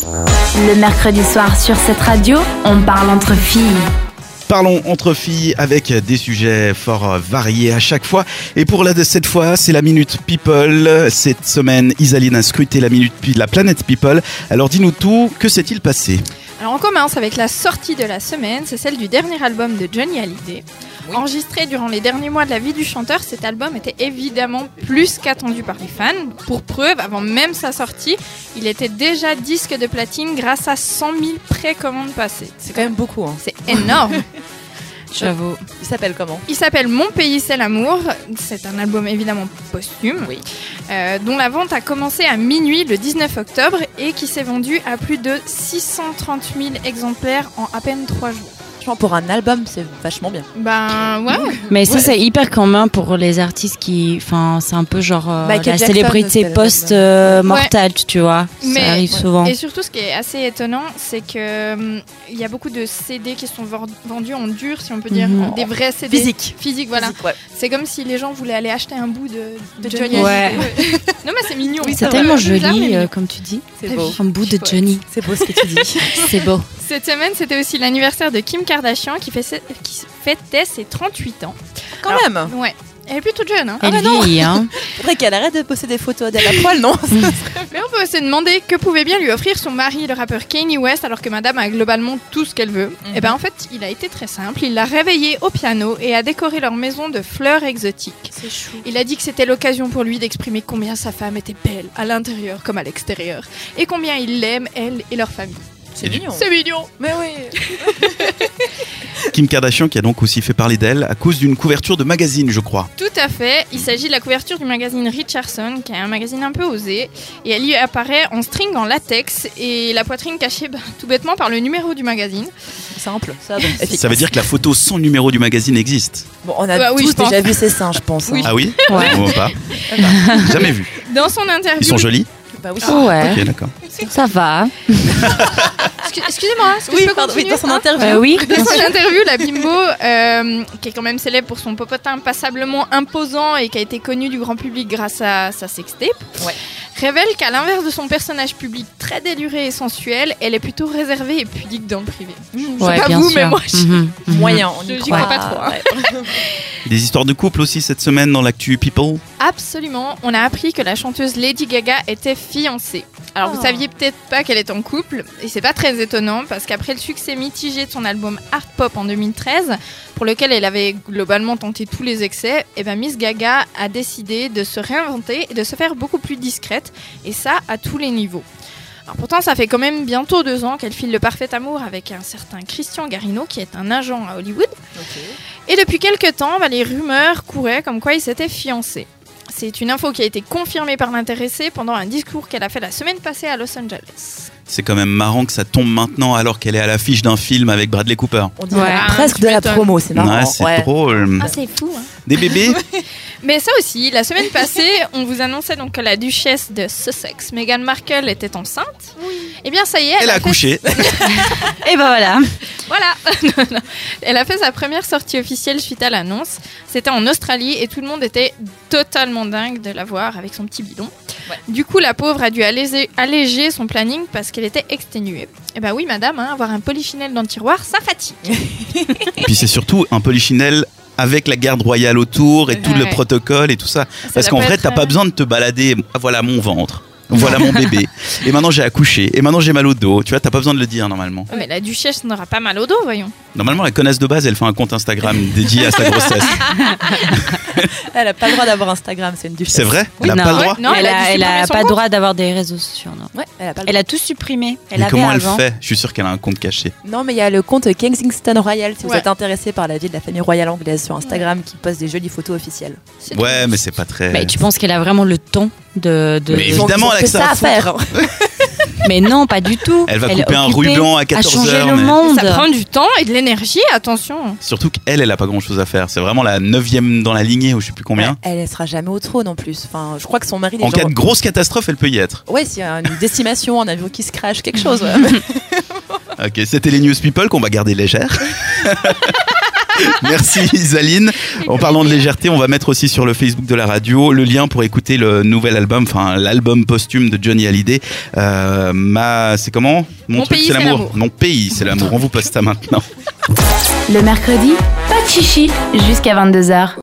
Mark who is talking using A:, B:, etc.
A: Le mercredi soir sur cette radio, on parle entre filles.
B: Parlons entre filles avec des sujets fort euh, variés à chaque fois. Et pour la de cette fois, c'est la Minute People. Cette semaine, Isaline a scruté la Minute Pi- la planète People. Alors dis-nous tout, que s'est-il passé
C: Alors on commence avec la sortie de la semaine, c'est celle du dernier album de Johnny Hallyday. Enregistré durant les derniers mois de la vie du chanteur, cet album était évidemment plus qu'attendu par les fans. Pour preuve, avant même sa sortie, il était déjà disque de platine grâce à 100 000 précommandes passées.
D: C'est quand même beaucoup, hein.
C: C'est énorme
D: J'avoue. Il s'appelle comment
C: Il s'appelle Mon pays c'est l'amour. C'est un album évidemment posthume,
D: Oui.
C: euh, dont la vente a commencé à minuit le 19 octobre et qui s'est vendu à plus de 630 000 exemplaires en à peine 3 jours.
D: Franchement, pour un album, c'est vachement bien.
C: Ben ouais,
E: Mais ça,
B: Ouais.
E: c'est hyper commun pour les artistes qui. Enfin, c'est un peu genre euh, la
D: Michael Jackson,
E: célébrité
D: c'était
E: post-mortale, tu vois.
C: Mais-
E: ça arrive
C: ouais.
E: souvent.
C: et surtout ce qui est assez étonnant, c'est que hum, il y a beaucoup de CD qui sont vor- vendus en dur, si on peut dire,
E: Mhm.
C: des vrais CD
D: Physique.
C: Physique, voilà.
D: Physique, ouais.
C: C'est comme si les gens voulaient aller acheter un bout de, de
D: De
C: Johnny.
D: Johnny.
C: Hallyday. non mais c'est mignon.
D: Oui,
E: c'est
D: ça
E: tellement
C: va.
E: joli,
C: Jamais Oh.
E: euh,
C: vu.
E: comme tu dis.
D: C'est
C: T'as
D: beau.
C: vu
E: Un bout de
C: Chouette.
E: Johnny.
D: C'est beau ce que tu dis.
E: C'est beau.
C: Cette semaine, c'était aussi l'anniversaire de Kim Kardashian qui, fait- qui fêtait ses 38 ans.
D: Quand
C: Alors,
D: même.
C: Ouais. Elle est plutôt jeune, hein.
E: Elle vieillit, hein.
D: Faudrait qu'elle arrête de poster des photos d'elle à poil, non
C: Mais on peut se demander que pouvait bien lui offrir son mari, le rappeur Kanye West, alors que madame a globalement tout ce qu'elle veut.
D: Mhm.
C: Et ben en fait, il a été très simple. Il l'a réveillée au piano et a décoré leur maison de fleurs exotiques.
D: C'est chou.
C: Il a dit que c'était l'occasion pour lui d'exprimer combien sa femme était belle, à l'intérieur comme à l'extérieur, et combien il l'aime, elle et leur famille.
D: C'est mignon.
C: C'est mignon
D: Mais oui.
B: Kim Kardashian qui a donc aussi fait parler d'elle à cause d'une couverture de magazine, je crois.
C: Tout à fait. Il s'agit de la couverture du magazine Richardson, qui est un magazine un peu osé. Et elle y apparaît en string en latex et la poitrine cachée bah, tout bêtement par le numéro du magazine.
D: Simple. Ça, donc,
B: Ça veut dire que la photo sans numéro du magazine existe.
D: Bon, on a
C: Bah oui,
D: tous
C: je pense.
D: déjà vu ses seins, je pense. hein.
B: Ah oui
E: Ouais.
B: Ou pas Jamais vu.
C: Dans son interview.
B: Ils sont jolis
D: Bah oui.
E: Oh, Ouais,
B: Ok, d'accord.
E: ça va.
C: Excu- Excusez-moi, est-ce que
D: Oui,
C: je peux
D: pardon, Bah oui,
C: continuer
D: dans son
C: hein
D: interview.
E: Euh, oui.
C: Dans son interview, la bimbo, euh, qui est quand même célèbre pour son popotin passablement imposant et qui a été connue du grand public grâce à sa sextape,
D: Ouais.
C: révèle qu'à l'inverse de son personnage public très déluré et sensuel, elle est plutôt réservée et pudique dans le privé.
E: Ouais,
C: pas
E: bien
C: vous,
E: sûr.
C: mais moi, je-
E: Mhm, mhm.
D: Moyen, on y
C: Je- j'y
D: croit.
C: crois pas trop, hein.
D: Ouais.
B: Des histoires de couple aussi cette semaine dans l'actu People.
C: Absolument, on a appris que la chanteuse Lady Gaga était fiancée. Alors vous
D: Oh.
C: saviez peut-être pas qu'elle est en couple, et c'est pas très étonnant parce qu'après le succès mitigé de son album Art Pop en 2013, pour lequel elle avait globalement tenté tous les excès, eh ben Miss Gaga a décidé de se réinventer et de se faire beaucoup plus discrète, et ça à tous les niveaux. Alors pourtant, ça fait quand même bientôt deux ans qu'elle file le parfait amour avec un certain Christian Garino, qui est un agent à Hollywood.
D: Ok.
C: Et depuis quelques temps, bah, les rumeurs couraient comme quoi ils s'étaient fiancés. C'est une info qui a été confirmée par l'intéressée pendant un discours qu'elle a fait la semaine passée à Los Angeles.
B: C'est quand même marrant que ça tombe maintenant alors qu'elle est à l'affiche d'un film avec Bradley Cooper.
D: On dirait
E: Ouais.
D: presque de la
C: Tu m'étonnes.
D: promo, c'est marrant.
B: ouais, c'est
D: ouais.
B: drôle.
C: c'est fou, hein
B: Des bébés
C: Mais ça aussi, la semaine passée, on vous annonçait donc que la duchesse de Sussex, Meghan Markle, était enceinte. Oui. Eh bien, ça y est,
B: Elle a
C: fait-
B: accouché.
E: Et ben voilà.
C: Voilà Non, non. Elle a fait sa première sortie officielle suite à l'annonce. C'était en Australie et tout le monde était totalement dingue de la voir avec son petit bidon.
D: Ouais.
C: Du coup, la pauvre a dû alléger, alléger son planning parce qu'elle était exténuée. Eh ben oui, madame, hein, avoir un polychinelle dans le tiroir, ça fatigue.
B: Et puis c'est surtout un polichinelle avec la garde royale autour et tout le
C: Ouais.
B: protocole et tout ça.
C: Ça
B: Parce
C: doit
B: qu'en
C: pas
B: vrai,
C: être,
B: t'as pas
C: euh,
B: besoin de te balader. Ah, Voilà mon ventre. Voilà mon bébé. Et maintenant j'ai accouché. Et maintenant j'ai mal au dos. Tu vois, t'as pas besoin de le dire normalement.
C: Mais la duchesse n'aura pas mal au dos, voyons.
B: Normalement, la connasse de base, elle fait un compte Instagram dédié à sa grossesse.
D: Elle a pas le droit d'avoir Instagram, c'est une duchesse.
B: C'est vrai Elle a
E: Non.
B: pas le droit
C: Non,
E: elle,
C: elle a dû
E: a, elle a
C: supprimer son
E: pas le
C: compte.
E: droit d'avoir des réseaux sociaux. Non.
D: Ouais, elle a pas le
E: Elle a tout supprimé. Elle
B: Mais
E: avait
B: comment elle
E: avant.
B: fait Je suis sûr qu'elle a un compte caché.
D: Non, mais il y a le compte Kensington Royal si vous
C: Ouais.
D: êtes intéressé par la vie de la famille royale anglaise sur Instagram qui poste des jolies photos officielles.
C: C'est
B: Ouais,
C: tout.
B: mais c'est pas très.
E: Mais Bah, tu penses qu'elle a vraiment le temps de. de-
B: Mais
E: de-
B: évidemment,
D: Ils ont
B: elle a
D: que
B: que ça
D: ça
B: à hein.
D: à faire.
E: Mais non, pas du tout.
B: Elle va
E: est
B: couper un
E: occupée
B: ruban à 14
E: changer
B: heures,
E: le
B: mais-
E: monde.
C: Ça prend du temps et de l'énergie, attention.
B: Surtout qu'elle, elle a pas grand chose à faire. C'est vraiment la neuvième dans la lignée ou je sais plus combien.
D: Elle elle sera jamais au trône en plus. Enfin, je crois que son mari. les
B: En
D: gens-
B: cas de grosse catastrophe, elle peut y être.
D: Ouais, s'il y a une décimation, un avion qui se crache, quelque chose. ouais.
B: Ok, c'était les News People qu'on va garder légères. Merci Isaline. En parlant de légèreté, on va mettre aussi sur le Facebook de la radio le lien pour écouter le nouvel album, enfin l'album posthume de Johnny Hallyday. Euh, ma, c'est comment
C: Mon
B: truc,
C: pays, c'est l'amour.
B: Mon pays, c'est l'amour. On vous poste ça maintenant.
A: Le mercredi, pas de chichi jusqu'à 22h.